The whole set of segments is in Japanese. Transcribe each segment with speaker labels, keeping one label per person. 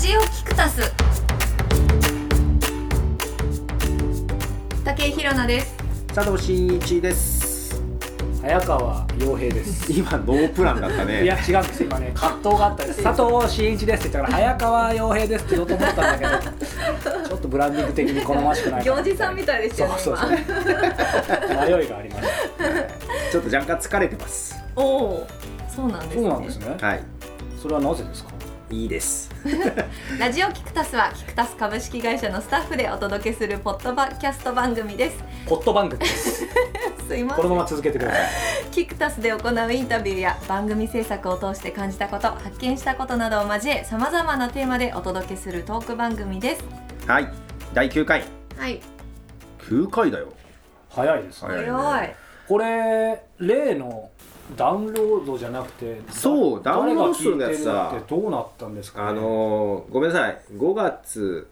Speaker 1: ジオキクタス武井宏奈です
Speaker 2: 佐藤真一です
Speaker 3: 早川洋平です。
Speaker 4: 今ノープランだったね
Speaker 3: いや違うんです今ね葛藤があったんです佐藤真一ですって言ったから早川洋平ですって言おうと思ったんだ けどちょっとブランディング的に好ましくない
Speaker 1: 行司さんみ
Speaker 3: い
Speaker 1: たいでした
Speaker 3: そ
Speaker 1: よ
Speaker 3: う
Speaker 1: ね
Speaker 3: そう そう迷いがありまし
Speaker 4: ちょっと若干疲れてます
Speaker 1: 今おおそうなんで
Speaker 3: た
Speaker 1: す
Speaker 3: そうなん
Speaker 1: ね
Speaker 3: ですね
Speaker 4: はい
Speaker 3: それはなぜですか
Speaker 4: いいです
Speaker 1: ラジオキクタスはキクタス株式会社のスタッフでお届けするポッドバキャスト番組です
Speaker 3: ポット番組です
Speaker 1: すいませ
Speaker 3: この
Speaker 1: ん
Speaker 3: まま続けてください
Speaker 1: キクタスで行うインタビューや番組制作を通して感じたこと発見したことなどを交えさまざまなテーマでお届けするトーク番組です
Speaker 4: はい第9回
Speaker 1: はい
Speaker 4: 9回だよ
Speaker 3: 早いですね
Speaker 4: 早いね
Speaker 1: 強い
Speaker 3: これ例のダウンロードじゃなくて
Speaker 4: そう
Speaker 3: だ
Speaker 4: ダウンロード数のやつさ
Speaker 3: 誰が聞いてるってどうなったんですかね、
Speaker 4: あのーごめんなさい5月、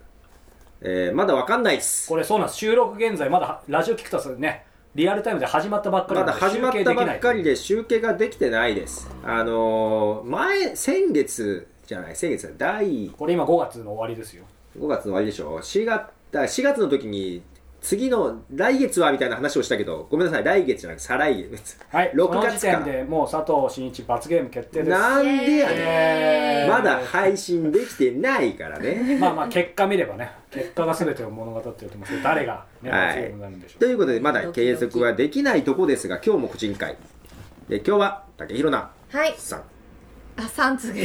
Speaker 4: えーまだわかんないっす
Speaker 3: これそうなんです収録現在まだラジオ聞くとすねリアルタイムで始まったばっか
Speaker 4: ま
Speaker 3: りな
Speaker 4: だ
Speaker 3: んで
Speaker 4: 始まっ
Speaker 3: 集計
Speaker 4: た
Speaker 3: でき
Speaker 4: ば
Speaker 3: な
Speaker 4: っ
Speaker 3: い
Speaker 4: かりで集計ができてないですあのー前先月じゃない先月だ第
Speaker 3: これ今5月の終わりですよ
Speaker 4: 5月の終わりでしょ4月だ4月の時に次の来月はみたいな話をしたけどごめんなさい来月じゃなくて再来月
Speaker 3: はい
Speaker 4: 6
Speaker 3: この時
Speaker 4: 月か
Speaker 3: 点でもう佐藤真一罰ゲーム決定です
Speaker 4: なんでやねん
Speaker 3: えー
Speaker 4: まだ配信できてないからね。
Speaker 3: まあまあ結果見ればね結果が全てを物語ってると思うんですけど誰がね
Speaker 4: はい
Speaker 3: 罰ゲームになるんでしょう
Speaker 4: ということで、まだ継続はできないとこですが、今日も個人会。で、今日は、竹広奈
Speaker 1: はい
Speaker 4: さん。
Speaker 1: あ三つ け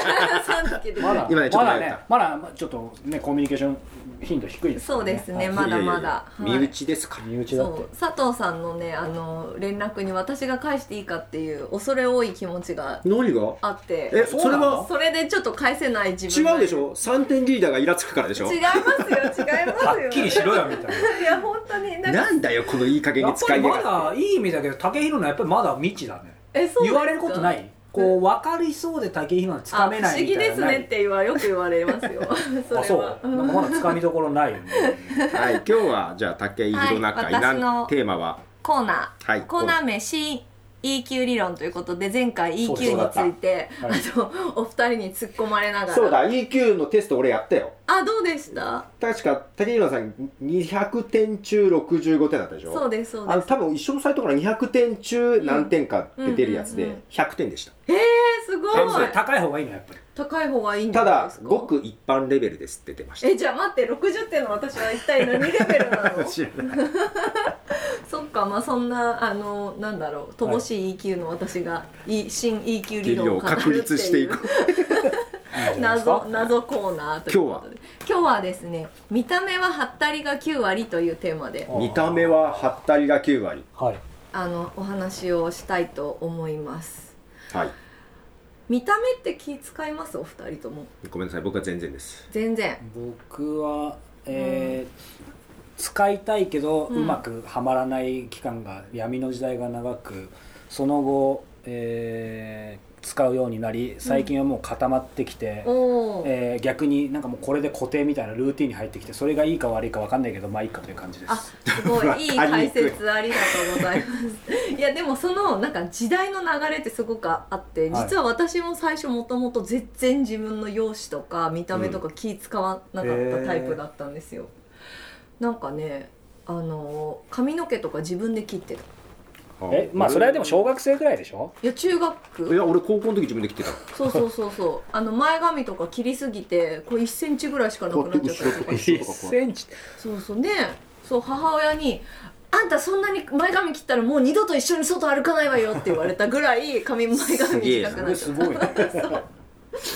Speaker 1: 三つけで
Speaker 3: まだ
Speaker 4: 今ねちょっ
Speaker 3: ま
Speaker 4: と
Speaker 3: だ
Speaker 4: 迷った
Speaker 3: ねまだちょっとねコミュニケーション頻度低いですから
Speaker 1: そうですね
Speaker 3: はい
Speaker 1: まだま
Speaker 4: い
Speaker 1: だ
Speaker 4: やいやいや
Speaker 1: は
Speaker 4: 身
Speaker 1: い
Speaker 4: 内ですから。
Speaker 3: 身内だ
Speaker 1: そ
Speaker 3: って
Speaker 1: う佐藤さんのねあの連絡に私が返していいかっていう恐れ多い気持ちが
Speaker 4: 何が
Speaker 1: あって
Speaker 4: え、
Speaker 3: そう
Speaker 4: それ
Speaker 3: な
Speaker 4: は
Speaker 3: の
Speaker 1: それでちょっと返せない自分が
Speaker 4: 違うでしょ ?3 点リーダーがイラつくからでしょ
Speaker 1: 違いますよ違いますよ
Speaker 3: はっきりしろよみたいな
Speaker 1: いや本当になんか
Speaker 4: なんだよ、このいい加減
Speaker 3: や
Speaker 4: に
Speaker 3: っ
Speaker 4: 使
Speaker 3: ぱ
Speaker 4: い
Speaker 3: り
Speaker 4: や
Speaker 3: ま
Speaker 4: がっ
Speaker 3: だ
Speaker 4: て。
Speaker 3: いい意味だけど武宏のやっぱりまだ未知だね
Speaker 1: えそうです
Speaker 3: 言
Speaker 1: か
Speaker 3: われることないこう分かりそうで武宏はつかめないみたいな
Speaker 1: あ不思議ですねって言わよく言われますよそれ
Speaker 3: あ
Speaker 1: は
Speaker 3: そうなんかまだつかみどころないよね
Speaker 4: はい、今日は、じゃあ、竹井宏中
Speaker 1: はい
Speaker 4: 会、な
Speaker 1: 私の
Speaker 4: んテーマは、
Speaker 1: コーナー、
Speaker 4: はい
Speaker 1: コーナー名 C EQ 理論ということで前回 EQ について、
Speaker 3: そうだ
Speaker 1: あのお二人に突っ込まれながら
Speaker 4: そうだ、EQ のテスト俺やったよ。
Speaker 1: あどうでした
Speaker 4: 確か、竹井宏奈さん、200点中65点だったでしょ
Speaker 1: そうですそうで
Speaker 4: あ
Speaker 1: す
Speaker 4: の多分一緒のサイトから200点中何点かって出るやつ
Speaker 1: うんうんうん
Speaker 4: で100点でした、
Speaker 1: えー、すご
Speaker 3: 点数
Speaker 1: い
Speaker 3: 高い方がいいのやっぱり
Speaker 1: 高い方がいいんです
Speaker 4: た
Speaker 1: か
Speaker 4: だごく一般レベルですって出てまし
Speaker 1: えじゃあ待って60点の私は一体何レベルな
Speaker 4: た
Speaker 1: の
Speaker 4: 知らない
Speaker 1: そっかまあそんなあのなんだろう乏しい EQ の私が、い、新 EQ 理
Speaker 4: 理
Speaker 1: 論
Speaker 4: 論
Speaker 1: を
Speaker 4: を
Speaker 1: 語るって
Speaker 4: 確
Speaker 1: いう
Speaker 4: 立してい く
Speaker 3: いいんじゃないですか
Speaker 1: 謎謎コーナーということで今日はですね「見た目はハったりが9割」というテーマで
Speaker 3: あ
Speaker 4: 見た目はハったりが9割
Speaker 3: はい
Speaker 1: あのお話をしたいと思います
Speaker 4: はい
Speaker 1: 見た目って気使いますお二人とも
Speaker 4: ごめんなさい僕は全然です
Speaker 1: 全然
Speaker 3: 僕はえー使いたいけど
Speaker 1: う
Speaker 3: うんまくはまらない期間が闇の時代が長くその後えー使うようになり最近はもう固まってきて、
Speaker 1: おお、
Speaker 3: えー逆になんかもうこれで固定みたいなルーティンに入ってきてそれがいいか悪いか分かんないけどまあいいかという感じで
Speaker 1: あ
Speaker 3: す
Speaker 1: すごいいい
Speaker 4: わかり
Speaker 1: 解
Speaker 4: にくい
Speaker 1: 説ありがとうございますいやでもそのなんか時代の流れってすごくあって
Speaker 3: はい
Speaker 1: 実は私も最初もともと全然自分の容姿とか見た目とか気使わなかったタイプだったんですよ、なんかねあの髪の毛とか自分で切ってた
Speaker 3: えまあそれはでも小
Speaker 4: 学
Speaker 3: 学生ぐらいでしょ
Speaker 1: いや中
Speaker 4: い
Speaker 1: 学
Speaker 4: や俺高校の時自分で来てた
Speaker 1: そうそうそうそうあの前髪とか切りすぎてこう1センチぐらいしかな
Speaker 4: こ
Speaker 1: く
Speaker 4: う
Speaker 1: なっ
Speaker 4: やって
Speaker 1: ちゃった
Speaker 4: 後ろ
Speaker 1: り
Speaker 4: と
Speaker 1: とか
Speaker 4: か後ろとかこうやって
Speaker 3: センチ
Speaker 1: そうそうねそう母親に「あんたそんなに前髪切ったらもう二度と一緒に外歩かないわよ」って言われたぐらい 髪前髪短くなっちゃ
Speaker 3: す
Speaker 1: っ
Speaker 3: ごいね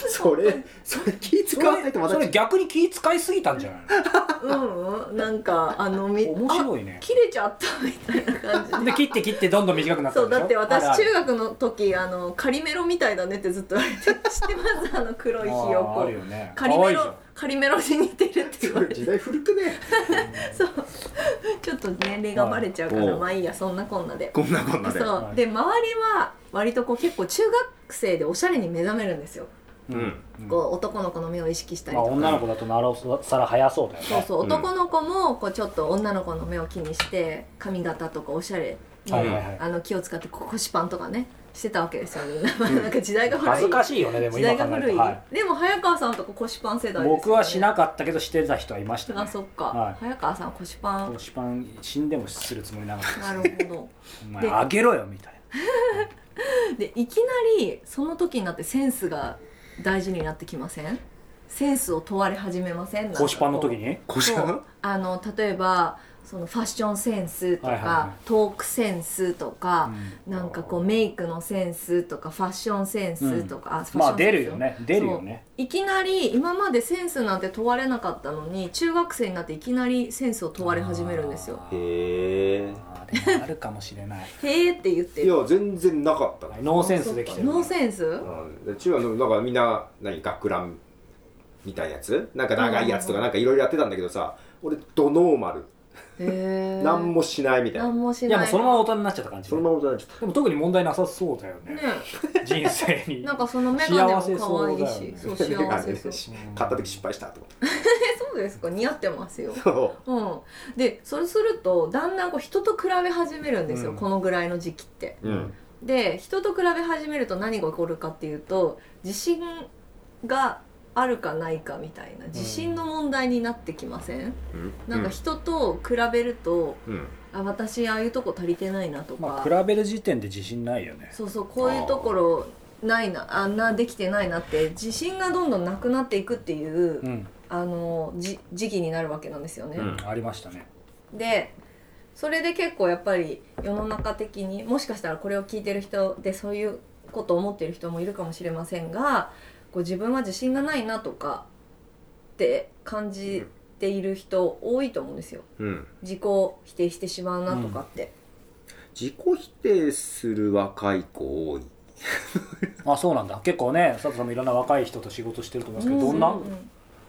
Speaker 4: それそれ気
Speaker 3: そ
Speaker 4: 使わない
Speaker 3: れ
Speaker 4: とまた
Speaker 3: それ逆に気使いすぎたんじゃない
Speaker 1: たうんうんなんかあのみ
Speaker 3: 面白いね
Speaker 1: あ切れちゃったみたいな感じ
Speaker 3: ので切って切ってどんどん短くなった
Speaker 1: そ
Speaker 3: ん
Speaker 1: う
Speaker 3: でしょ
Speaker 1: だって私
Speaker 3: あるある
Speaker 1: 中学の時あの仮メロみたいだねってずっと言われて知って ますあの黒いひよ
Speaker 3: あーあ
Speaker 1: こ
Speaker 3: るよね
Speaker 1: 仮メ
Speaker 3: 可愛いじゃ
Speaker 1: ロ
Speaker 3: ん
Speaker 1: 仮メロに似てるって言われて
Speaker 4: 時代古くね
Speaker 1: そうちょっと年齢がバレちゃうか
Speaker 4: はい
Speaker 1: ら
Speaker 4: おう
Speaker 1: まあいいやそんなこんなで
Speaker 4: こんなこんなで
Speaker 1: そう、
Speaker 3: はい
Speaker 1: で周りは割とこう結構中学生でおしゃれに目覚めるんですよ、
Speaker 4: うん
Speaker 1: こう男の子の目を意識したり
Speaker 3: まあ
Speaker 1: とか、
Speaker 3: 女の子だとなおさら早そうだよね
Speaker 1: そうそう
Speaker 4: うん
Speaker 1: 男の子もこうちょっと女の子の目を気にして髪型とかおしゃれに、
Speaker 3: はいはいはい
Speaker 1: あの気を使ってこう腰パンとかねしてたわけですよみんな なんか時代が古い
Speaker 3: 恥ずかしいよねでも
Speaker 1: 時
Speaker 3: 今
Speaker 1: 代
Speaker 3: 考
Speaker 1: が
Speaker 3: える
Speaker 1: 古い、
Speaker 3: と、は
Speaker 1: でも早川さんとか腰パン世代ですよ、
Speaker 3: い、
Speaker 1: ね、
Speaker 3: 僕はしなかったけどしてた人はいました
Speaker 1: あ
Speaker 3: ね
Speaker 1: そっか、
Speaker 3: はい
Speaker 1: 早川さん腰パン
Speaker 3: 腰パン死んでもするつもりなかったです
Speaker 1: なるほど
Speaker 3: お前あげろよみたい
Speaker 1: でいきなりその時になってセンスが大事になってきませんセンスを問われ始めませんなん
Speaker 3: な
Speaker 1: かこう
Speaker 3: 腰パンの時に
Speaker 4: 腰
Speaker 1: そ
Speaker 4: か
Speaker 1: う
Speaker 4: な
Speaker 1: あの例えばそのファッションセンスとか、
Speaker 3: はいはいは
Speaker 1: トークセンスとか、なんかこうメイクのセンスとかファッションセンスとか、あファッション
Speaker 3: まあ
Speaker 1: セン
Speaker 3: 出
Speaker 1: ス
Speaker 3: るよね出るよね
Speaker 1: いきなり今までセンスなんて問われなかったのに中学生になっていきなりセンスを問われ始めるんですよ
Speaker 3: あー
Speaker 4: へえ
Speaker 3: あーでもあるかもしれない
Speaker 1: へーって言って
Speaker 4: い
Speaker 1: る
Speaker 4: や全然なかったな
Speaker 3: ノーセンスできてる
Speaker 1: ノーセンス、
Speaker 4: うん中学のなんかみんな何学ランみたいなやつなんか長いやつと
Speaker 1: う
Speaker 4: か
Speaker 1: ん
Speaker 4: なんかいろいろやってたんだけどさ俺ドノーマル
Speaker 1: へー
Speaker 4: 何もしないみたいな
Speaker 1: 何もし
Speaker 3: い
Speaker 1: な
Speaker 3: や
Speaker 1: い
Speaker 3: もうそのまま大人になっちゃった感じ
Speaker 4: そのままじゃないちょっ
Speaker 3: でも特に問題なさそうだよね
Speaker 1: ね
Speaker 3: 人生に
Speaker 1: なんかその眼鏡も
Speaker 3: 幸せそ
Speaker 1: 可
Speaker 3: うだ
Speaker 1: 愛
Speaker 3: よ
Speaker 1: い
Speaker 3: ね
Speaker 1: しそう,、
Speaker 4: と眼
Speaker 1: 幸
Speaker 4: 鏡
Speaker 1: せ
Speaker 4: で
Speaker 1: そう
Speaker 4: 買った時失敗したと思って
Speaker 1: えそうですか似合ってますよ
Speaker 4: そう
Speaker 1: うんでそうするとだんだんこう人と比べ始めるんですよ、
Speaker 3: うん
Speaker 1: このぐらいの時期って
Speaker 4: うん
Speaker 1: で人と比べ始めると何が起こるかっていうと自信があるかないかみたいな自信の問題になってきません、なんか人と比べると、
Speaker 4: うん
Speaker 1: あ私ああいうとこ足りてないなとか、
Speaker 3: まあ比べる時点で自信ないよね
Speaker 1: そうそうこういうところないなあんなできてないなって自信がどんどんなくなっていくっていう、
Speaker 3: うん、
Speaker 1: あのじ時期になるわけなんですよね。
Speaker 4: うん
Speaker 3: ありましたね
Speaker 1: でそれで結構やっぱり世の中的にもしかしたらこれを聞いてる人でそういうことを思っている人もいるかもしれませんがこう自分は自信がないなとかって感じている人多いと思うんですよ。
Speaker 4: うん
Speaker 1: 自己否定してしまうなとかって、
Speaker 4: 自己否定する若い子多い
Speaker 3: あそうなんだ結構ね佐藤さんもいろんな若い人と仕事してると思いますけどどん
Speaker 1: う
Speaker 3: な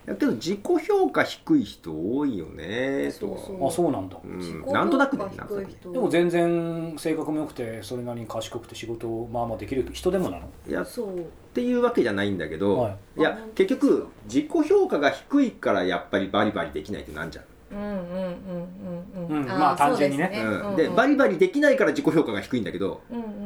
Speaker 4: だけど自己評価低い人多いよねとは
Speaker 1: そうそう
Speaker 3: あそうなんだ
Speaker 4: うん
Speaker 1: 自己
Speaker 4: なんとなく
Speaker 1: 評
Speaker 4: ね
Speaker 1: 価
Speaker 4: なんと
Speaker 1: 低
Speaker 4: ないくね
Speaker 1: 人
Speaker 3: でも全然性格も良くてそれなりに賢くて仕事をまあまあできる人でもなの
Speaker 4: いやっ
Speaker 1: そう
Speaker 4: ていうわけじゃないんだけど、、
Speaker 3: はい
Speaker 4: や結局自己評価が低いからやっぱりバリバリできないってなんじゃん
Speaker 1: うんうんうんうんうん
Speaker 3: うんまあ単純にね
Speaker 4: うんでバリバリできないから自己評価が低いんだけど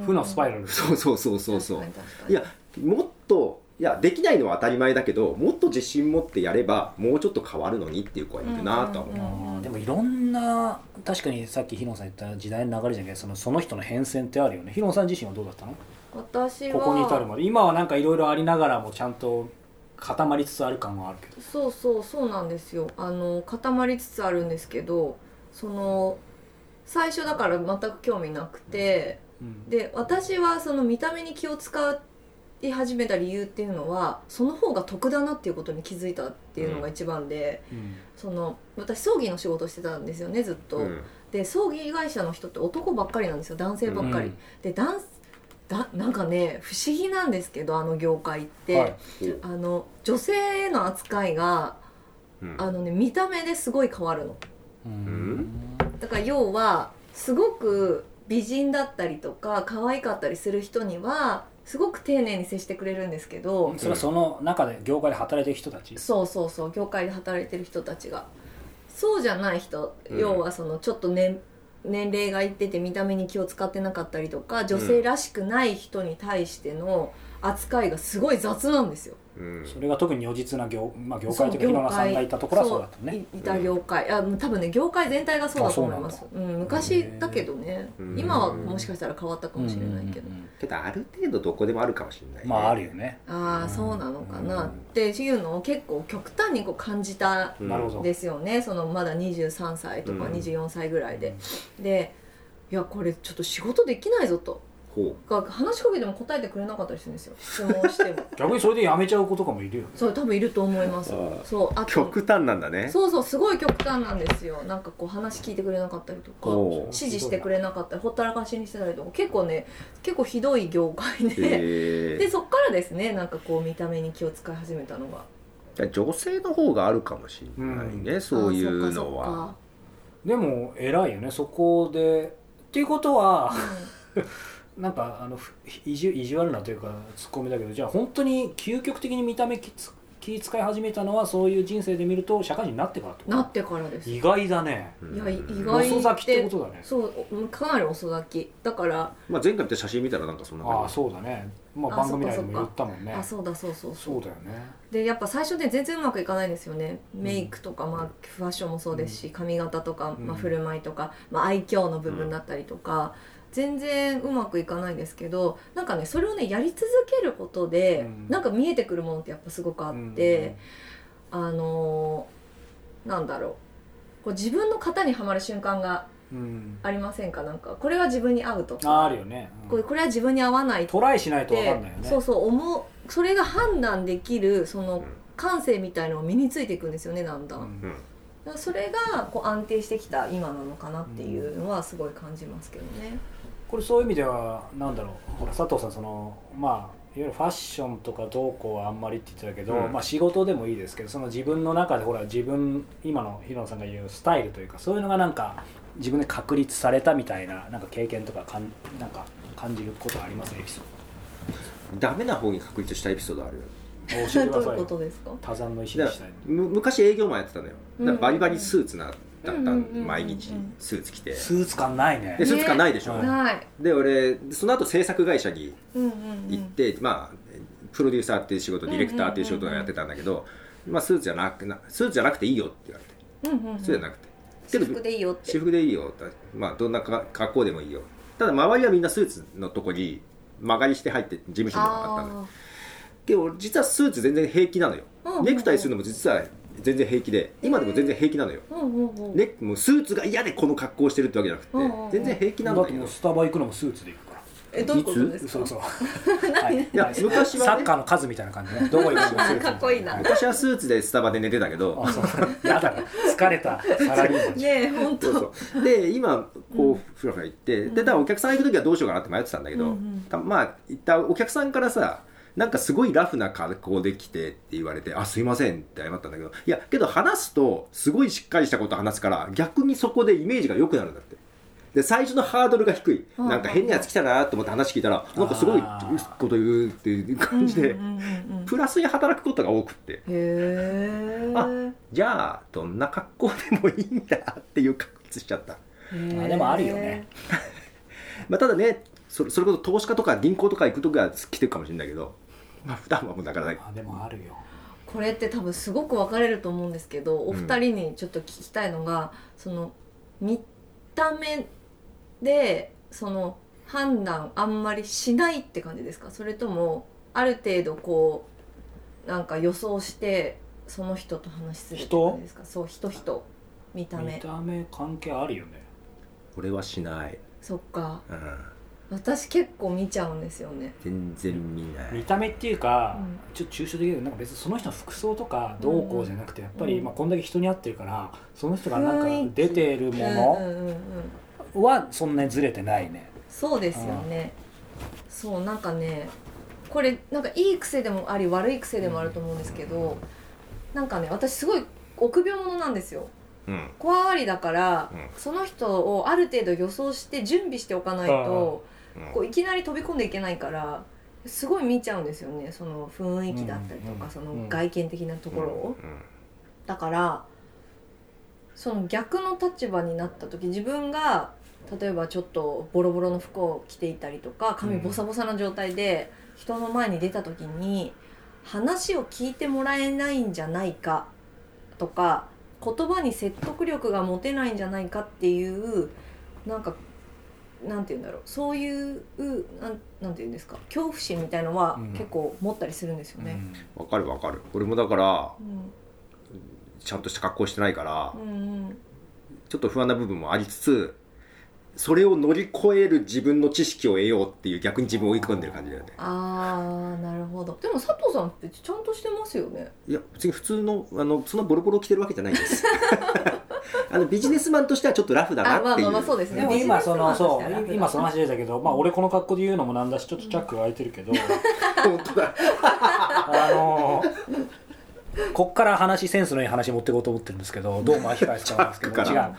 Speaker 3: 負のスパイ
Speaker 1: ル
Speaker 3: ラル
Speaker 4: そうそうそうそうそうい
Speaker 1: い
Speaker 4: やもっといやできないのは当たり前だけどもっと自信持ってやればもうちょっと変わるのにっていう子はいるなとは思う、
Speaker 1: うんうん
Speaker 3: でもいろんな確かにさっきヒロンさん言った時代の流れじゃないけどそのその人の変遷ってあるよねヒロンさん自身はどうだったの
Speaker 1: 私は
Speaker 3: ここに至るまで今はなんかいろいろありながらもちゃんと固まりつつある感はあるけど
Speaker 1: そうそうそうなんですよあの固まりつつあるんですけどその最初だから全く興味なくて
Speaker 3: うん
Speaker 1: で私はその見た目に気を使い始めた理由っていうのはその方が得だなっていうことに気づいたっていうのが一番で、
Speaker 3: うん
Speaker 1: その私葬儀の仕事してたんですよねずっと、
Speaker 4: うん
Speaker 1: で葬儀会社の人って男ばっかりなんですよ男性ばっかり、
Speaker 3: うん
Speaker 1: でダンスだなんかね不思議なんですけどあの業界って、
Speaker 3: はい
Speaker 1: あの女性への扱いが
Speaker 4: うん
Speaker 1: あのね見た目ですごい変わるの
Speaker 3: うん
Speaker 1: だから要はすごく美人だったりとか可愛かったりする人にはすごく丁寧に接してくれるんですけど、
Speaker 3: それはその中で業界で働いてる人たち
Speaker 1: そうそうそう業界で働いてる人たちがそうじゃない人、
Speaker 4: うん
Speaker 1: 要はそのちょっと年年齢がいってて見た目に気を使ってなかったりとか女性らしくない人に対しての扱いがすごい雑なんですよ。
Speaker 4: うん
Speaker 3: それが特に如実な業,、まあ、業
Speaker 1: そ
Speaker 3: 界というかヒロナさんがいたところはそうだった
Speaker 1: う
Speaker 3: ね
Speaker 1: いいた業界、あもう多分ね業界全体がそうだと思いますうん昔だけどね
Speaker 4: うん
Speaker 1: 今はもしかしたら変わったかもしれないけど、
Speaker 3: うんうんうん
Speaker 4: けどある程度どこでもあるかもしれない、
Speaker 3: まああるよね
Speaker 1: ああそうなのかなっていうのを結構極端にこう感じた
Speaker 4: うん
Speaker 3: なるほど
Speaker 1: ですよねそのまだ23歳とか
Speaker 4: うん
Speaker 1: 24歳ぐらいで、でいやこれちょっと仕事できないぞと
Speaker 4: ほ
Speaker 1: が話しかけても答えてくれなかったりするんですよ質問して も
Speaker 3: 逆にそれでやめちゃう子とかもいるよね
Speaker 1: そう多分いると思います
Speaker 4: あー
Speaker 1: そうあ
Speaker 4: う
Speaker 1: と
Speaker 4: 極端なんだね
Speaker 1: そうそうすごい極端なんですよなんかこう話聞いてくれなかったりとか
Speaker 4: ほう
Speaker 1: 指示してくれなかったりほったらかしにしてたりとか結構ね結構ひどい業界で、
Speaker 4: へ
Speaker 1: でそっからですねなんかこう見た目に気を使い始めたのが
Speaker 4: え女性の方があるかもしれないね、そういうの
Speaker 1: あーそっ
Speaker 4: は
Speaker 1: か
Speaker 3: でも偉いよねそこでっていうことは
Speaker 1: そっかうん
Speaker 3: なんかあのふ意地意地悪なというかツッコミだけどじゃあ本当に究極的に見た目きつ気使い始めたのはそういう人生で見ると社会人になってからってこと
Speaker 1: なってからですい
Speaker 3: 意外だね
Speaker 1: やい意
Speaker 3: 遅
Speaker 1: 外って
Speaker 3: 咲きってことだね
Speaker 1: そうおかなり遅咲きだから
Speaker 4: まあ、前回見た写真見たらなんかそんな
Speaker 3: あ
Speaker 4: 感
Speaker 3: あ
Speaker 4: じ
Speaker 3: そうだねまあ
Speaker 1: あ
Speaker 3: 番組内でも
Speaker 1: そ
Speaker 3: 言
Speaker 1: っ
Speaker 3: っ
Speaker 1: か
Speaker 3: たもんね
Speaker 1: あそうだそうそうそう
Speaker 3: そうだよね
Speaker 1: でやっぱ最初で全然うまくいかないんですよね
Speaker 3: ん
Speaker 1: メイクとか、まあ、ファッションもそうですし髪型とか、
Speaker 3: うん
Speaker 1: まあ、振る舞いとか、まあ、愛嬌の部分だったりとか、全然うまくいかないんですけどなんかねそれをねやり続けることで、
Speaker 3: うん
Speaker 1: なんか見えてくるものってやっぱすごくあって、あのーなんだろうこう自分の型にはまる瞬間が
Speaker 3: うん、うん
Speaker 1: ありませんかなんかこれは自分に合うと
Speaker 3: ああ
Speaker 1: か
Speaker 3: あるよね、うん
Speaker 1: これこれは自分に合わないとか
Speaker 3: トライしないと分かんないよ
Speaker 1: で
Speaker 3: ね
Speaker 1: そうそう思うそれが判断できるその感性みたいのを身についていくんですよねだんだん、
Speaker 3: うん
Speaker 4: うん
Speaker 1: だからそれがこう安定してきた今なのかなっていうのはすごい感じますけどね、
Speaker 3: これそういう意味ではなんだろうほら佐藤さんそのまあいわゆるファッションとかどうこうはあんまりって言ってたけど、
Speaker 4: うん
Speaker 3: まあ仕事でもいいですけどその自分の中でほら自分今の平野さんが言うスタイルというかそういうのがなんか自分で確立されたみたいななんか経験とかかんなんか感じることありますエピソ
Speaker 4: ダメな方に確立したエピソードあるよ
Speaker 3: ード教えてく
Speaker 1: ど
Speaker 3: だ
Speaker 1: ういう
Speaker 3: さい
Speaker 1: こ
Speaker 3: よ
Speaker 1: とですか
Speaker 3: 多山の石
Speaker 4: だ
Speaker 3: に
Speaker 4: か
Speaker 3: した
Speaker 4: ら
Speaker 3: い
Speaker 4: む昔営業マンやってたのよだからバリバリスーツなだった
Speaker 1: うんうんうんうん
Speaker 4: 毎日スーツ着て
Speaker 3: スーツ感ないね
Speaker 4: でスーツ感ないでしょ、
Speaker 3: ね
Speaker 1: ない
Speaker 4: で俺その後制作会社に
Speaker 1: うんうんう
Speaker 4: 行っ
Speaker 1: ん
Speaker 4: て、まあプロデューサーっていう仕事ディレクターっていう仕事をやってたんだけど、まあ、スーツじゃなくなスーツじゃなくていいよって言われて
Speaker 1: うんうんうん
Speaker 4: スーツじゃなくて、
Speaker 1: 私服でいいよって
Speaker 4: 私服でいいよって、まあ、どんなか格好でもいいよただ周りはみんなスーツのとこに曲がりして入って事務所にあったのよ
Speaker 1: あ
Speaker 4: で俺実はスーツ全然平気なのよ
Speaker 1: うんうんうん
Speaker 4: ネクタイするのも実は全然平気で今でも全然平気なのよ
Speaker 1: あうんうんうん
Speaker 4: ね、もうスーツが嫌でこの格好をしてるってわけじゃなくて
Speaker 1: うんうんうん
Speaker 4: 全然平気
Speaker 3: だ
Speaker 4: な
Speaker 3: っ
Speaker 4: んだ
Speaker 3: て
Speaker 4: け
Speaker 3: も
Speaker 4: ど
Speaker 3: うスタバ行くのもスーツで行くから
Speaker 1: えどういうことですか
Speaker 3: そうそうはい
Speaker 4: いや昔はね
Speaker 3: サッカーの数みたいな感じねどこ行くのもスーツみ
Speaker 1: か
Speaker 3: た
Speaker 1: っこいいなね
Speaker 4: 昔はスーツでスタバで寝てたけど
Speaker 3: あそう やだな疲れたサラリーマンじゃん
Speaker 1: え本当
Speaker 4: そうそうで今こうふらふら行って、でだからお客さん行く時はどうしようかなって迷ってたんだけど、
Speaker 1: うんうん
Speaker 4: たまあ行ったお客さんからさなんかすごいラフな格好できてって言われて「あすいません」って謝ったんだけどいやけど話すとすごいしっかりしたこと話すから逆にそこでイメージが良くなるんだって。で最初のハードルが低い、
Speaker 1: うん
Speaker 4: なんか変なやつ来たなと思って話聞いたらなんかすごい
Speaker 3: あー
Speaker 4: こと言うっていう感じで、
Speaker 1: うんうんうんうん
Speaker 4: プラスに働くことが多くって
Speaker 1: へ
Speaker 4: じゃあどんな格好でもいいんだっていう確立しちゃった、
Speaker 1: え
Speaker 3: あでもあるよね
Speaker 4: まあ、ただねそれそれこそ投資家とか銀行とか行く時は来てるかもしれないけど、まあ、普段はもうだからない
Speaker 3: あでもあるよ
Speaker 1: これって多分すごく分かれると思うんですけどお二人にちょっと聞きたいのが、その見た目でその判断あんまりしないって感じですかそれともある程度こうなんか予想してその人と話するって感じですかそう人人見た目
Speaker 3: 見た目関係あるよね
Speaker 4: 俺はしない、
Speaker 1: そっか
Speaker 4: うん、
Speaker 1: 私結構見ちゃうんですよね
Speaker 4: 全然見な
Speaker 3: 見
Speaker 4: い
Speaker 3: た目っていうか、
Speaker 1: うん
Speaker 3: ちょっと抽象的だけどなんか別にその人の服装とかどうこうじゃなくてやっぱり、
Speaker 1: うん
Speaker 3: まあ、こんだけ人に合ってるからその人がなん
Speaker 1: 雰囲
Speaker 3: か
Speaker 1: 気
Speaker 3: 出て
Speaker 1: う
Speaker 3: る
Speaker 1: んう
Speaker 3: も
Speaker 1: んうんうん、
Speaker 3: のはそんなにずれてないね
Speaker 1: そうですよねそうなんかねこれなんかいい癖でもあり悪い癖でもあると思うんですけどなんかね私すごい臆病者なんですよ
Speaker 4: うん
Speaker 1: 怖がりだから、
Speaker 4: う
Speaker 1: その人をある程度予想して準備しておかないとこういきなり飛び込んでいけないからすごい見ちゃうんですよねその雰囲気だったりと
Speaker 3: うんうんう
Speaker 1: か
Speaker 3: ん
Speaker 1: その外見的なところを。
Speaker 4: うん
Speaker 1: だからその逆の立場になった時自分が例えばちょっとボロボロの服を着ていたりとか髪ボサボサな状態で人の前に出た時に話を聞いてもらえないんじゃないかとか言葉に説得力が持てないんじゃないかっていうなんかなんて言うんだろうそういうなんなんて言うんですか恐怖心みたいのは
Speaker 3: うん
Speaker 1: 結構持ったりするんですよ
Speaker 3: う
Speaker 1: ね。
Speaker 3: ん
Speaker 4: わかるわかる俺もだから
Speaker 1: うん
Speaker 4: ちゃんとした格好してないから、
Speaker 1: うんうん
Speaker 4: ちょっと不安な部分もありつつそれを乗り越える自分の知識を得ようっていう逆に自分を追い込んでる感じだよね
Speaker 1: あーなるほどでも佐藤さんってちゃんとしてますよね
Speaker 4: いや別に普通のあのそんなボロボロ着てるわけじゃないです あのビジネスマンとしてはちょっとラフだな
Speaker 1: あま
Speaker 4: っ
Speaker 1: あ
Speaker 4: ていう
Speaker 1: まあまあそうですね
Speaker 3: でも今そのそ
Speaker 1: ビジネスマンとしては楽
Speaker 3: う
Speaker 1: だ
Speaker 3: 今その話出たけど、まあ、俺この格好で言うのもなんだしちょっとチャックが開いてるけど、
Speaker 4: 本当だ
Speaker 3: あのーこっから話センスのいい話持っていこうと思ってるんですけどどうも秋川ちゃうんですけ
Speaker 4: チャ
Speaker 3: ど
Speaker 4: ック
Speaker 3: 違
Speaker 4: から
Speaker 3: う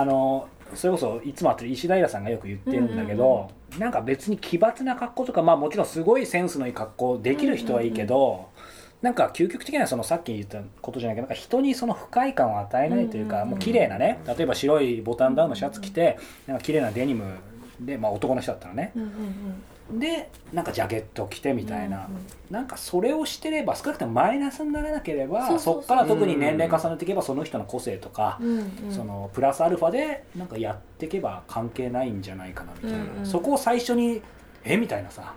Speaker 3: あのーそれこそいつもあってる石平さんがよく言ってるんだけど、なんか別に奇抜な格好とかまあもちろんすごいセンスのいい格好できる人はいいけど、なんか究極的にはそのさっき言ったことじゃないけどなんか人にその不快感を与えないという
Speaker 1: うんうん
Speaker 3: か
Speaker 1: うん
Speaker 3: もう綺麗なね例えば白いボタンダウンのシャツ着てなんか綺麗なデニムで、まあ、男の人だったらね
Speaker 1: うんうんうん
Speaker 3: でなんかジャケット着てみたい
Speaker 1: う
Speaker 3: な、
Speaker 1: んうん
Speaker 3: なんかそれをしてれば少なくともマイナスにならなければ
Speaker 1: そ
Speaker 3: そう
Speaker 1: そうそう
Speaker 3: っから特に年齢重ねていけばその人の個性とか、
Speaker 1: うんうん
Speaker 3: そのプラスアルファでなんかやっていけば関係ないんじゃないかなみたいな、
Speaker 1: うんうん
Speaker 3: そこを最初にえみたいなさ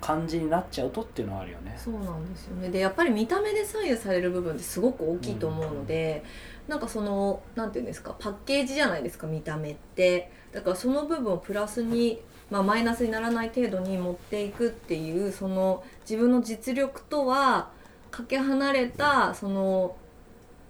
Speaker 3: 感じになっちゃうとっていうのはあるよね。
Speaker 1: そうなんですよねでやっぱり見た目で左右される部分ってすごく大きいと思うので、なんかそのなんていうんですかパッケージじゃないですか見た目ってだからその部分をプラスに、まあ、マイナスにならない程度に持っていくっていうその自分の実力とはかけ離れたその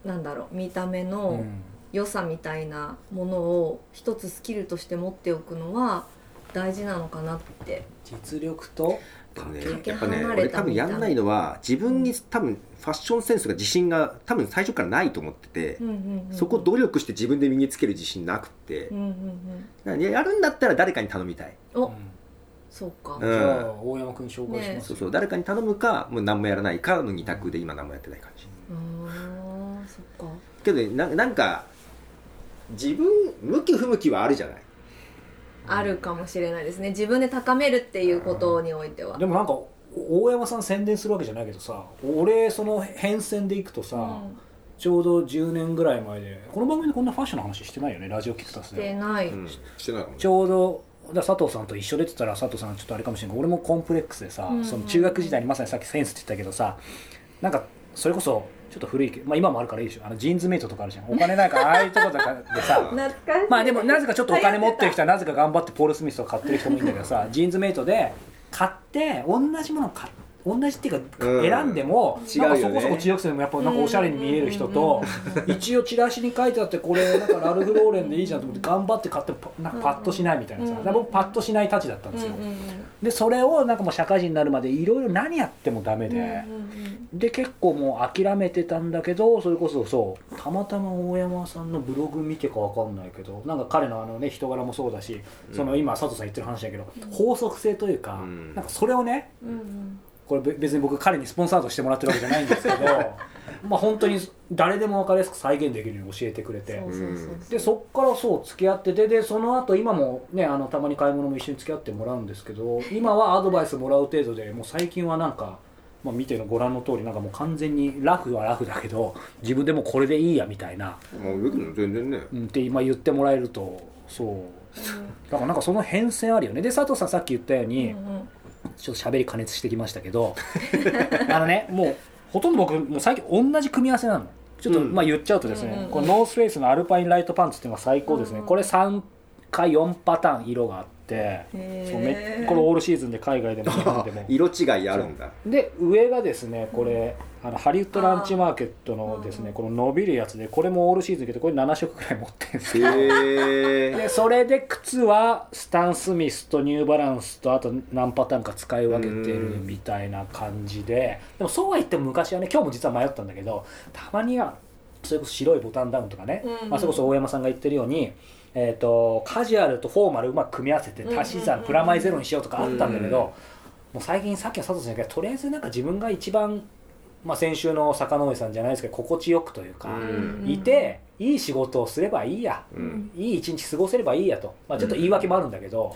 Speaker 1: なんだろう見た目
Speaker 3: う
Speaker 1: の
Speaker 3: ん
Speaker 1: 良さみたいなものを一つスキルとして持っておくのは大事なのかなって。
Speaker 3: 実力と
Speaker 4: でもね
Speaker 1: かけ
Speaker 4: やっぱね
Speaker 1: 離
Speaker 4: 俺
Speaker 1: れた
Speaker 4: 多分やんないのは自分に
Speaker 1: う
Speaker 4: 多分ファッションセンスが自信が多分最初からないと思ってて、
Speaker 1: うんうんうん
Speaker 4: そこ努力して自分で身につける自信なくて
Speaker 1: う、んうんうん
Speaker 4: なんでやるんだったら誰かに頼みたい、
Speaker 1: お
Speaker 3: うん
Speaker 1: そうか、
Speaker 4: うん
Speaker 3: じゃあ大山君紹介します
Speaker 4: そうそう誰かに頼むかもう何もやらないかの二択で今何もやってない感じ
Speaker 1: うーんそっか
Speaker 4: けどねななんか自分向き不向きはあるじゃない
Speaker 1: あるかもしれないですね自分で高めるっていうことにおいては
Speaker 3: でもなんか大山さん宣伝するわけじゃないけどさ俺その変遷でいくとさ、
Speaker 1: うん
Speaker 3: ちょうど10年ぐらい前でこの番組でこんなファッションの話してないよねラジオキクタス
Speaker 1: して
Speaker 3: で
Speaker 1: ない、
Speaker 4: うんしてないかも
Speaker 3: ちょうどだから佐藤さんと一緒でって言ったら佐藤さんちょっとあれかもしれないけど俺もコンプレックスでさ、
Speaker 1: うんうん
Speaker 3: その中学時代にまさにさっきセンスって言ったけどさなんかそれこそちょっと古いけど、まあ、今もあるからいいでしょあのジーンズメイトとかあるじゃんお金ないからああいうとこだからでさ
Speaker 1: 懐かしい
Speaker 3: まあでもなぜかちょっとお金持ってる人はなぜか頑張ってポール・スミスを買ってる人もいいんだけどさジーンズメイトで買って同じものを買って。同じっていうか
Speaker 4: うん
Speaker 3: 選んでも、
Speaker 4: 違う
Speaker 3: な
Speaker 4: よ
Speaker 3: ん
Speaker 4: ね
Speaker 3: かそこそこ中学生でもやっぱなんかおしゃれに見える人と一応チラシに書いてあってこれなんかラルフ・ローレンでいいじゃんと思って頑張って買ってパなんかパッとしないみたいなさ
Speaker 1: うん
Speaker 3: だから僕パッとしないたちだったん
Speaker 1: うん
Speaker 3: で
Speaker 1: うん
Speaker 3: すよ
Speaker 1: うんうん
Speaker 3: でそれをなんかもう社会人になるまでいろいろ何やってもダメ
Speaker 1: うんう
Speaker 3: で
Speaker 1: ん
Speaker 3: で結構もう諦めてたんだけどそれこそそうたまたま大山さんのブログ見てかわかんないけどなんか彼のあのね人柄もそうだし、その今佐藤さん言ってる話だけど
Speaker 1: うん
Speaker 3: 法則性というか、
Speaker 4: うん
Speaker 3: なんかそれをね
Speaker 1: うんうん
Speaker 3: これべ別に僕彼にスポンサードしてもらってるわけじゃないんです けどまあ本当に誰でも分かりやすく再現できるように教えてくれて
Speaker 1: そうそうそう
Speaker 3: でそっからそう付き合っててでその後今もねあのたまに買い物も一緒に付き合ってもらうんですけど今はアドバイスもらう程度でもう最近はなんか、まあ、見てのご覧の通りなんかもう完全にラフはラフだけど自分でもうこれでいいやみたいな、
Speaker 4: もう僕も全然ね
Speaker 3: うん、って今言ってもらえるとそうだからなんかその変遷あるよねで佐藤さんさっき言ったよう
Speaker 1: うん
Speaker 3: に、
Speaker 1: うん
Speaker 3: ちょっと喋り加熱してきましたけど あのねもうほとんど僕もう最近同じ組み合わせなのちょっと、
Speaker 4: うん
Speaker 3: まあ言っちゃうとですね、
Speaker 1: うんうんうん
Speaker 3: このノースフェイスのアルパインライトパンツっていうのが最高ですね、
Speaker 1: うん
Speaker 3: これ3か4パターン色があって、
Speaker 1: へー
Speaker 3: そうめこれオールシーズンで海外でも日 本でも
Speaker 4: 色違いあるんだ
Speaker 3: で上がですねこれあのハリウッドランチマーケットのです
Speaker 1: あ
Speaker 3: ね
Speaker 1: ー
Speaker 3: この伸びるやつでこれもオールシーズンいけどこれ7色くらい持ってるんです
Speaker 4: へ
Speaker 3: よ
Speaker 4: え
Speaker 3: でそれで靴はスタン・スミスとニューバランスとあと何パターンか使い分けてるみたいな感じででもそうは言っても昔はね今日も実は迷ったんだけどたまにはそれこそ白いボタンダウンとかね、
Speaker 1: うん
Speaker 3: まあ、それこそ大山さんが言ってるように、えー、とカジュアルとフォーマルうまく組み合わせて足し
Speaker 1: うんうんうん
Speaker 3: 算
Speaker 1: うん
Speaker 3: プラマイゼロにしようとかあったんだけど、
Speaker 4: うん
Speaker 3: もう最近さっきの佐藤さんがとりあえずなんか自分が一番、まあ、先週の坂上さんじゃないですけど心地よくというか、
Speaker 4: うん
Speaker 3: いていい仕事をすればいいや
Speaker 4: うん
Speaker 3: いい一日過ごせればいいやと、まあ、ちょっと言い訳もあるんだけど、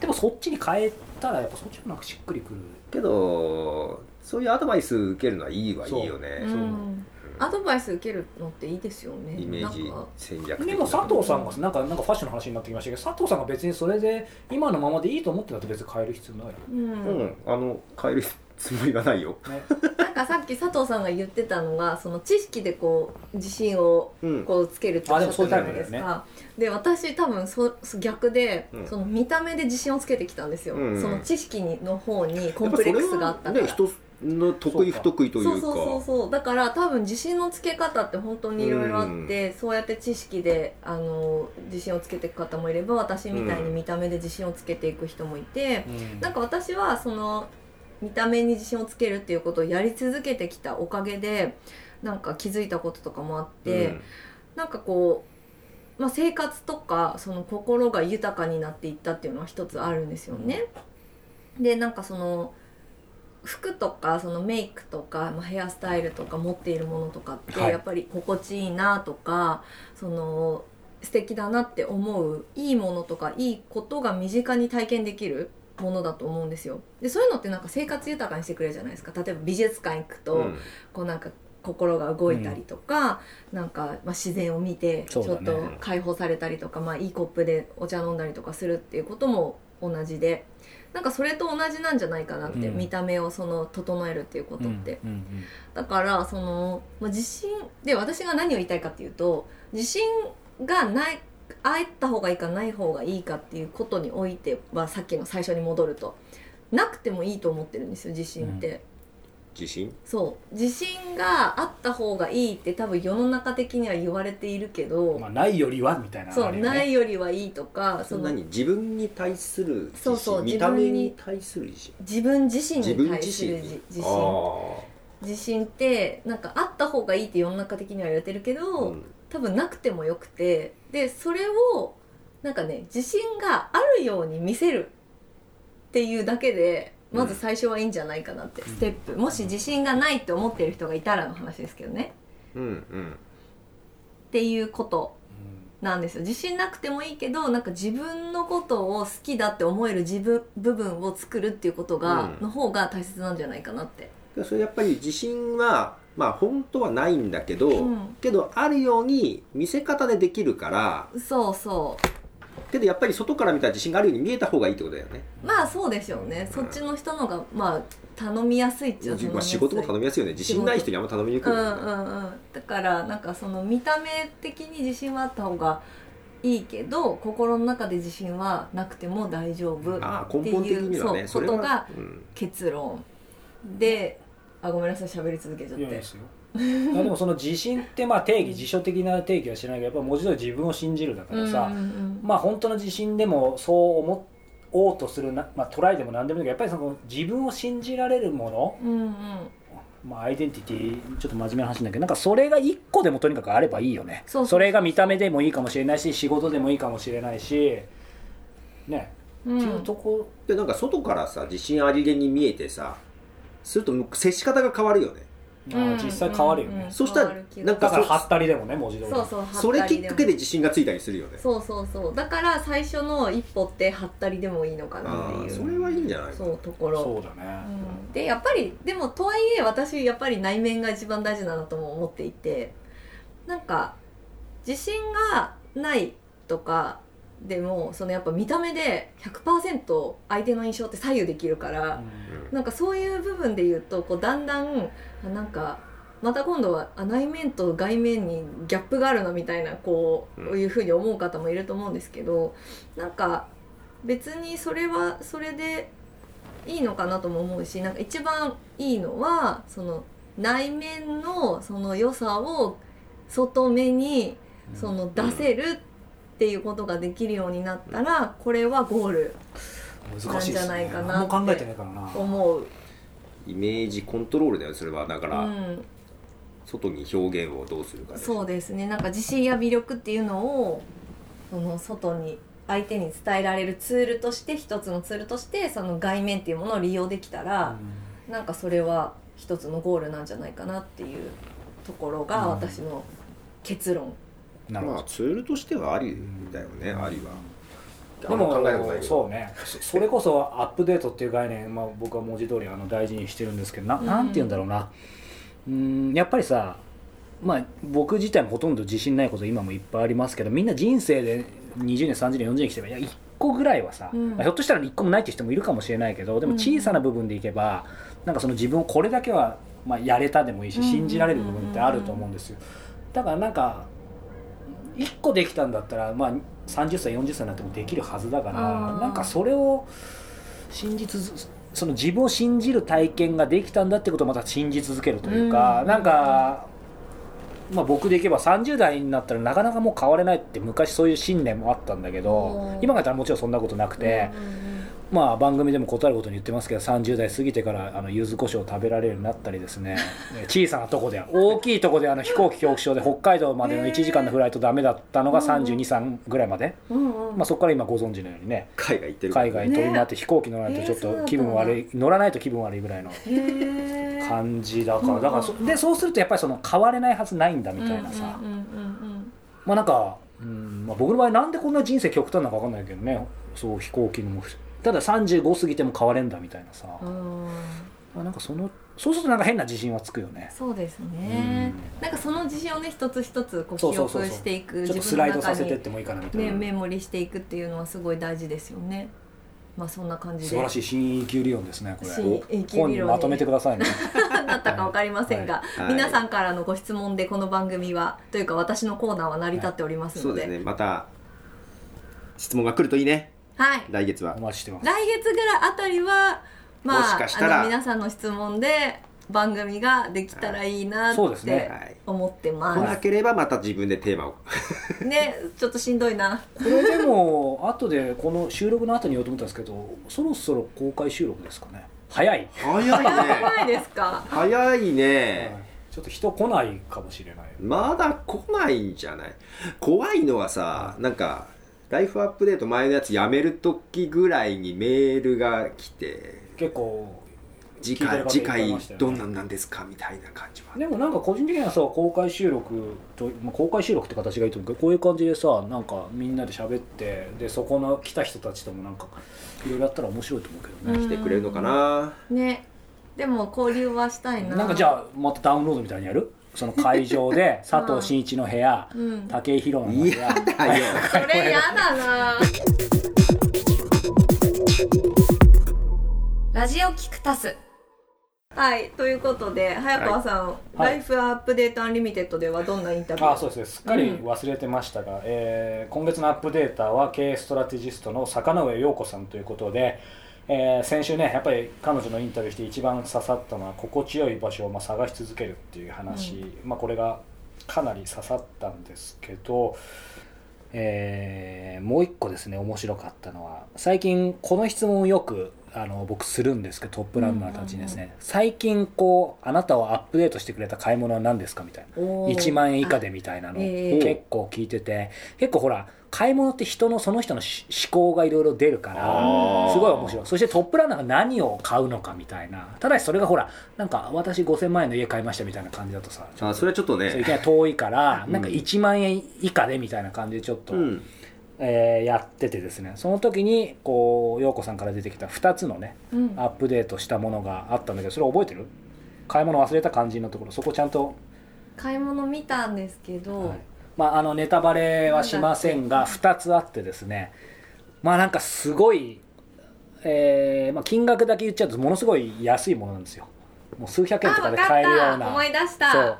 Speaker 3: でもそっちに変えたらやっぱそっちの方がなんかしっくりくる
Speaker 4: けどそういうアドバイス受けるのはいいはいいよね
Speaker 1: う
Speaker 3: そうん
Speaker 1: アドバイス受けるのっていいですよね
Speaker 4: イメージ
Speaker 1: なんか
Speaker 4: 戦略的
Speaker 3: で
Speaker 4: な
Speaker 3: も佐藤さんがなんかなんかファッションの話になってきましたけど佐藤さんが別にそれで今のままでいいと思ってたって別に変える必要ないよ
Speaker 1: うん
Speaker 4: うんあの変えるつもりはないよ
Speaker 3: ね
Speaker 1: なんかさっき佐藤さんが言ってたのがその知識でこう自信を
Speaker 4: うん
Speaker 1: こうつけるっておっしゃったじゃないです
Speaker 3: あでもそういうタイプだ
Speaker 1: か。で私多分そ逆で、
Speaker 4: うん
Speaker 1: その見た目で自信をつけてきたんですよ。
Speaker 4: うんうん
Speaker 1: その知識にの方にコンプレックスがあったから。
Speaker 4: やっぱそれはね人の得意不得意とい
Speaker 1: そう
Speaker 4: うか
Speaker 1: そうそうそうだから多分自信のつけ方って本当にいろいろあって、そうやって知識であの自信をつけていく方もいれば私みたいに見た目で自信をつけていく人もいて、
Speaker 3: うん
Speaker 1: なんか私はその見た目に自信をつけるっていうことをやり続けてきたおかげでなんか気づいたこととかもあって、
Speaker 4: うん
Speaker 1: なんかこう、まあ、生活とかその心が豊かになっていったっていうのは一つあるんですよね。でなんかその服とかそのメイクとか、まあ、ヘアスタイルとか持っているものとかって
Speaker 3: はい
Speaker 1: やっぱり心地いいなとか、その素敵だなって思ういいものとかいいことが身近に体験できるものだと思うんですよ。でそういうのってなんか生活豊かにしてくれるじゃないですか例えば美術館行くと、
Speaker 4: うん
Speaker 1: こうなんか心が動いたりとか、なんかまあ自然を見てちょ
Speaker 3: そう
Speaker 1: っ
Speaker 3: だ
Speaker 1: と
Speaker 3: ね
Speaker 1: 解放されたりとか、まあいいコップでお茶飲んだりとかするっていうことも同じでなんかそれと同じなんじゃないかなって、
Speaker 3: うん
Speaker 1: 見た目をその整えるっていうことって、
Speaker 3: うんうん
Speaker 1: だからその、まあ、自信で私が何を言いたいかっていうと自信がないあった方がいいかない方がいいかっていうことにおいてはさっきの最初に戻るとなくてもいいと思ってるんですよ自信って。
Speaker 4: 自信
Speaker 1: そう自信があった方がいいって多分世の中的には言われているけど、
Speaker 3: うんまあ、ないよりはみたいな、
Speaker 1: そう、
Speaker 3: あれよね
Speaker 1: ないよりはいいとかそ
Speaker 4: そん
Speaker 1: の
Speaker 4: なに自分に対する自信
Speaker 1: そうそう
Speaker 4: 見た目
Speaker 1: 自分
Speaker 4: に
Speaker 1: に
Speaker 4: 対する自信
Speaker 1: 自分自身
Speaker 4: 自
Speaker 1: に
Speaker 4: 分
Speaker 1: 対
Speaker 4: 自
Speaker 1: す
Speaker 4: 身
Speaker 1: る
Speaker 4: に
Speaker 1: 自自
Speaker 4: あ
Speaker 1: 信自信ってなんかあった方がいいって世の中的には言われてるけ
Speaker 4: ー
Speaker 1: ど、
Speaker 4: うん
Speaker 1: 多分なくてもよくてでそれをなんかね自信があるように見せるっていうだけでまず最初はいいんじゃないかなって、ステップもし自信がないって思ってる人がいたらの話ですけどね
Speaker 4: うん
Speaker 1: っていうこと
Speaker 3: うん
Speaker 1: なんですよ自信なくてもいいけどなんか自分のことを好きだって思える自分部分を作るっていうことが、
Speaker 4: うん
Speaker 1: の方が大切なんじゃないかなって、
Speaker 4: うんそれやっぱり自信はまあ本当はないんだけど、
Speaker 1: うん
Speaker 4: けどあるように見せ方でできるから
Speaker 1: そうそ
Speaker 4: けどやっぱり外から見たら自信があるように見えた方がいいってことだよね
Speaker 1: うまあそうでしょうね、そっちの人のがまあ頼みやすいっちゃ頼み
Speaker 4: まあ
Speaker 1: やすい
Speaker 4: 仕事も頼みやすいよね自信ない人にあんま頼みにく
Speaker 1: う
Speaker 4: い
Speaker 1: ん
Speaker 4: も
Speaker 1: うん
Speaker 4: ね
Speaker 1: んうんだからなんかその見た目的に自信はあった方がいいけど心の中で自信はなくても大丈夫
Speaker 4: ああ根本的には
Speaker 1: ってい
Speaker 4: ね
Speaker 1: う
Speaker 4: そ
Speaker 1: そう
Speaker 4: れ
Speaker 1: こと
Speaker 4: は
Speaker 1: が、
Speaker 4: うん、
Speaker 1: 結論であごめんなさい喋り続けちゃっ
Speaker 3: いやいい
Speaker 1: て
Speaker 3: ですよまあでもその自信ってまあ定義辞書的な定義はしないけどやっぱ文字通り自分を信じるだからさ、
Speaker 1: うんうんうん
Speaker 3: まあ本当の自信でもそう思おうとするな、まあ、トライでも何でもいいけどやっぱりその自分を信じられるもの、
Speaker 1: うんうん
Speaker 3: まあ、アイデンティティちょっと真面目な話なんだけどなんかそれが一個でもとにかくあればいいよね
Speaker 1: そうそう
Speaker 3: れが見た目でもいいかもしれないし仕事でもいいかもしれないしね、
Speaker 1: うん
Speaker 3: っていうとこ
Speaker 4: でなんか外からさ自信ありげに見えてさするとむ接し方が変わるよね
Speaker 3: あー実際変わるよね、
Speaker 1: うんうん
Speaker 4: そしたら
Speaker 1: 変わる気が
Speaker 4: なん
Speaker 3: だから
Speaker 4: そう
Speaker 3: はったりでもね文字通り
Speaker 1: そうそう
Speaker 4: それきっかけで自信がついたりするよね
Speaker 1: そうそうそうだから最初の一歩ってはったりでもいいのかな
Speaker 4: あ
Speaker 1: っ
Speaker 4: あ
Speaker 1: てい
Speaker 4: そうれはいいんじゃないか
Speaker 1: そうところ
Speaker 3: そうだね、
Speaker 1: うんでやっぱりでもとはいえ私やっぱり内面が一番大事だなとも思っていてなんか自信がないとかでもそのやっぱ見た目で100%相手の印象って左右できるから、
Speaker 4: うん
Speaker 1: なんかそういう部分で言うとこうだんだんあなんかまた今度はあ内面と外面にギャップがあるなみたいなこう
Speaker 4: うん
Speaker 1: いうふうに思う方もいると思うんですけどなんか別にそれはそれでいいのかなとも思うしなんか一番いいのはその内面のその良さを外目にその出せるっていうことができるようになったらこれはゴール
Speaker 3: 難しい
Speaker 1: なん
Speaker 3: で
Speaker 1: じゃ
Speaker 3: す
Speaker 1: ない
Speaker 3: ね
Speaker 1: かなって
Speaker 3: 何も考えてないからな
Speaker 1: 思う。
Speaker 4: イメージコントロールだよそれはだか
Speaker 1: う
Speaker 4: ら、
Speaker 1: ん
Speaker 4: 外に表現をどうするかで
Speaker 1: そうですねなんか自信や魅力っていうのをその外に相手に伝えられるツールとして一つのツールとしてその外面っていうものを利用できたら、なんかそれは一つのゴールなんじゃないかなっていうところが
Speaker 3: うん
Speaker 1: 私の結論、
Speaker 3: うんなるほ
Speaker 4: ま
Speaker 3: ど
Speaker 4: あツールとしてはありだよね、ありは
Speaker 3: で
Speaker 4: あんま考えたことない
Speaker 3: も
Speaker 4: けど
Speaker 3: そうねそそれこそアップデートっていう概念、まあ、僕は文字通りあの大事にしてるんですけどな
Speaker 1: うん
Speaker 3: なんて言うんだろうなうーんやっぱりさまあ僕自体もほとんど自信ないこと今もいっぱいありますけどみんな人生で20年30年40年来てばいや1個ぐらいはさ、
Speaker 1: うん
Speaker 3: まあひょっとしたら1個もないって人もいるかもしれないけどでも小さな部分でいけば、なんかその自分をこれだけは、まあ、やれたでもいいし
Speaker 1: うん
Speaker 3: 信じられる部分ってあると思うんですよだからなんか1個できたんだったら、まあ、30歳40歳になってもできるはずだから
Speaker 1: あー
Speaker 3: なんかそれを信じ続その自分を信じる体験ができたんだってことをまた信じ続けるというか、
Speaker 1: うん
Speaker 3: なんか、まあ、僕でいけば30代になったらなかなかもう変われないって昔そういう信念もあったんだけど
Speaker 1: おー
Speaker 3: 今がったらもちろんそんなことなくて、
Speaker 1: うん
Speaker 3: まあ、番組でも断ることに言ってますけど30代過ぎてからあの柚子胡椒を食べられるようになったりですね ね小さなとこで大きいとこであの飛行機恐怖症で北海道までの1時間のフライトダメだったのが323ぐらいまで、
Speaker 1: うんうん
Speaker 3: まあ、そこから今ご存知のようにね
Speaker 4: 海外行ってるから
Speaker 3: 海外飛び回って飛行機乗らないとちょっ
Speaker 1: ねえ
Speaker 3: と気分悪い、乗らないと気分悪いぐらいの
Speaker 1: へえ
Speaker 3: 感じだから
Speaker 1: うん
Speaker 3: だからそでそうするとやっぱりその変われないはずないんだみたいなさ、
Speaker 1: うんうんうん
Speaker 3: まあなんか、うんまあ、僕の場合なんでこんな人生極端なのか分かんないけどねそう飛行機にもただ35過ぎても変われんだみたいなさ、
Speaker 1: うんうん
Speaker 3: まあなんかそのそうするとなんか変な自信はつくよね
Speaker 1: そうですねなんかその自信をね一つ一つこう記
Speaker 3: そうそうそうそう
Speaker 1: 憶していく
Speaker 3: ちょっと
Speaker 1: 自
Speaker 3: ス
Speaker 1: 分
Speaker 3: ラ
Speaker 1: の
Speaker 3: イド
Speaker 1: 中
Speaker 3: させ
Speaker 1: に
Speaker 3: てってもいいかなみたい
Speaker 1: ね
Speaker 3: な、
Speaker 1: メモリしていくっていうのはすごい大事ですよねまあそんな感じで
Speaker 3: 素晴らしい新 EQ 理論ですねこれ
Speaker 1: 新 EQ 理論
Speaker 3: 本にまとめてくださいね
Speaker 1: なったかわかりませんが、
Speaker 4: はい
Speaker 1: 皆さんからのご質問でこの番組はというか私のコーナーは成り立っております
Speaker 4: そ
Speaker 1: の
Speaker 4: う
Speaker 1: で,、
Speaker 4: で
Speaker 1: は
Speaker 4: す
Speaker 1: い
Speaker 4: ねまた質問が来るといいね来月は
Speaker 3: お待ちしてます
Speaker 1: 来月ぐらいあたりはま
Speaker 4: もし
Speaker 1: あ
Speaker 4: かした
Speaker 1: あ
Speaker 4: ら
Speaker 1: の皆さんの質問で番組ができたらいいな
Speaker 3: そうで
Speaker 1: っ
Speaker 3: す
Speaker 1: て
Speaker 3: ね
Speaker 4: はい
Speaker 1: 思ってま
Speaker 4: 来
Speaker 1: す
Speaker 4: なければまた自分でテーマを
Speaker 1: ねちょっとしんどいな
Speaker 3: これでも後でこの収録の後に言おうと思ったんですけどそろそろ公開収録ですかね早い、
Speaker 4: 早い
Speaker 1: やば
Speaker 4: ね
Speaker 1: いですか
Speaker 4: 早いね、
Speaker 3: ちょっと人来ないかもしれない
Speaker 4: まだ来ないんじゃない怖いのはさなんかライフアップデート前のやつやめる時ぐらいにメールが来て
Speaker 3: 結構
Speaker 4: 次
Speaker 3: 聞いて
Speaker 4: 回
Speaker 3: る方
Speaker 4: 次
Speaker 3: いっぱいい
Speaker 4: 回
Speaker 3: ましたよね
Speaker 4: どんなんなんですかみたいな感じは
Speaker 3: でもなんか個人的にはさ公開収録と、まあ、公開収録って形がいいと思うけどこういう感じでさなんかみんなで喋ってでそこの来た人たちともなんかいろいろやったら面白いと思うけどね、
Speaker 4: 来てくれるのかな
Speaker 1: ねでも交流はしたいな
Speaker 3: なんかじゃあまたダウンロードみたいにやるその会 場で佐藤真一の部屋
Speaker 1: うん
Speaker 3: 武井宏の部
Speaker 4: 嫌
Speaker 3: 屋
Speaker 4: だ よ
Speaker 1: それやだなラジオキクタスはいということで早川さん、
Speaker 3: はい
Speaker 1: ライフアップデートアンリミテッドではどんなインタビュー
Speaker 3: あそうですねすっかり忘れてましたが、えー今月のアップデータは経営ストラテジストの坂上陽子さんということで、えー先週ねやっぱり彼女のインタビューして一番刺さったのは心地よい場所をまあ探し続けるっていう話、まあ、これがかなり刺さったんですけど、えーもう一個ですね面白かったのは最近この質問をよくあの僕するんですけどトップランナーたちにですね、最近こうあなたをアップデートしてくれた買い物は何ですかみたいな。
Speaker 1: おー
Speaker 3: 1万円以下でみたいなの
Speaker 1: あええ
Speaker 3: 結構聞いてて結構ほら買い物って人のその人のし思考がいろいろ出るから
Speaker 4: あー
Speaker 3: すごい面白いそしてトップランナーが何を買うのかみたいなただしそれがほらなんか私5000万円の家買いましたみたいな感じだとさちょっ
Speaker 4: あ
Speaker 3: と
Speaker 4: それはちょっと
Speaker 3: そうい
Speaker 4: ね
Speaker 3: きなり遠いから
Speaker 4: うん
Speaker 3: なんか1万円以下でみたいな感じでちょっと、
Speaker 4: うん
Speaker 3: えーやっててですねその時にこう陽子さんから出てきた2つのね
Speaker 1: うん
Speaker 3: アップデートしたものがあったんだけどそれ覚えてる買い物忘れた感じのところそこちゃんと
Speaker 1: 買い物見たんですけど、
Speaker 3: はいまあ、あのネタバレはしませんが2つあってですねまあなんかすごい、えーまあ、金額だけ言っちゃうとものすごい安いものなんですよもう数百円
Speaker 1: あ
Speaker 3: とか
Speaker 1: 分
Speaker 3: で
Speaker 1: かっ
Speaker 3: 買えるよう
Speaker 1: た
Speaker 3: な
Speaker 1: 思い出した
Speaker 3: そう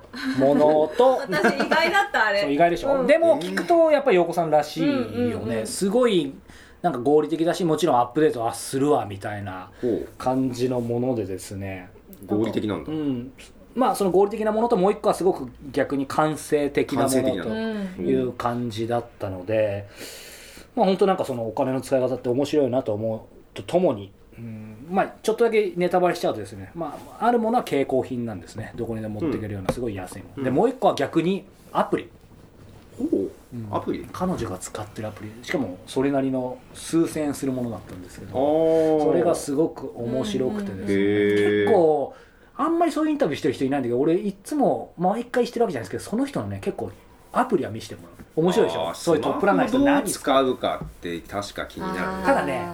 Speaker 3: ものと
Speaker 1: 私意外だったあれ
Speaker 3: そう意外でしょ、
Speaker 1: うん
Speaker 3: でも
Speaker 4: うん
Speaker 3: 聞くとやっぱり陽子さんらしいよね、
Speaker 1: うんうんうん
Speaker 3: すごいなんか合理的だしもちろんアップデートはするわみたいな
Speaker 4: ほう
Speaker 3: 感じのものでですね
Speaker 4: 合理的なんだ
Speaker 3: うんまあその合理的なものともう一個はすごく逆に感性的なも
Speaker 4: 感性
Speaker 3: の
Speaker 4: 的
Speaker 3: と
Speaker 4: な
Speaker 1: うん
Speaker 3: いう感じだったので、まあ本当なんかそのお金の使い方って面白いなと思うとともに、うんまあ、ちょっとだけネタバレしちゃうとですね、まあ、あるものは携行品なんですねどこにでも持っていけるようなすごい安いもの、
Speaker 4: うん
Speaker 3: でもう一個は逆にアプリ、
Speaker 4: ほ
Speaker 3: うん
Speaker 4: うアプリ
Speaker 3: 彼女が使ってるアプリしかもそれなりの数千円するものだったんですけ
Speaker 4: あ
Speaker 3: ど
Speaker 4: ー
Speaker 3: それがすごく面白くてですね、
Speaker 4: へー
Speaker 3: 結構あんまりそういうインタビューしてる人いないんだけど俺いつも毎回してるわけじゃないですけどその人のね結構アプリは見せてもらう面白いでし
Speaker 4: あ
Speaker 3: ょ
Speaker 4: ー
Speaker 3: そういうトップランナーの
Speaker 4: ス
Speaker 3: 人
Speaker 4: マホ
Speaker 3: 何
Speaker 4: どう
Speaker 3: 使う
Speaker 4: 使うかって確か気になるね
Speaker 3: ただね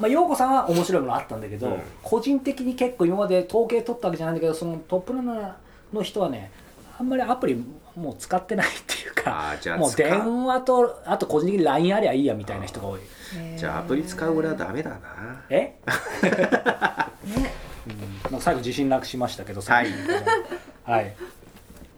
Speaker 3: まあ、陽子さんは面白いものあったんだけど、
Speaker 4: うん
Speaker 3: 個人的に結構今まで統計取ったわけじゃないんだけどそのトップランナーの人はねあんまりアプリもう使ってないっていうか
Speaker 4: あーじゃあ
Speaker 3: もう
Speaker 4: 使う
Speaker 3: 電話とあと個人的に LINE ありゃいいやみたいな人が多い
Speaker 1: へー
Speaker 4: じゃあアプリ使う俺はダメだな
Speaker 3: え、
Speaker 1: ね
Speaker 3: うんまあ、最後自信なくしましたけど
Speaker 4: はい
Speaker 3: はい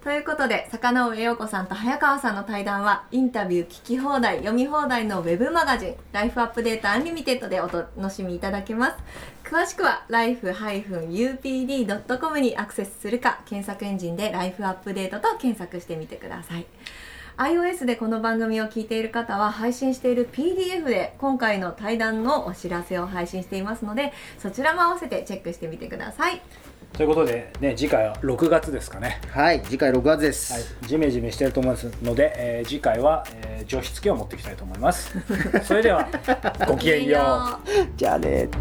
Speaker 1: ということで坂上陽子さんと早川さんの対談はインタビュー聞き放題読み放題のウェブマガジン「ライフアップデートアンリミテッド」でお楽しみいただけます詳しくは life-upd.com にアクセスするか検索エンジンで「ライフアップデート」と検索してみてください iOS でこの番組を聞いている方は配信している PDF で今回の対談のお知らせを配信していますのでそちらも合わせてチェックしてみてください
Speaker 3: ということで、ね、次回は6月ですかね、
Speaker 2: はい次回6月です、
Speaker 3: はい、ジメジメしてると思いますので、えー次回は、えー除 湿器を持っていきたいと思いますそれではごきげんよう
Speaker 2: じゃあね
Speaker 1: 「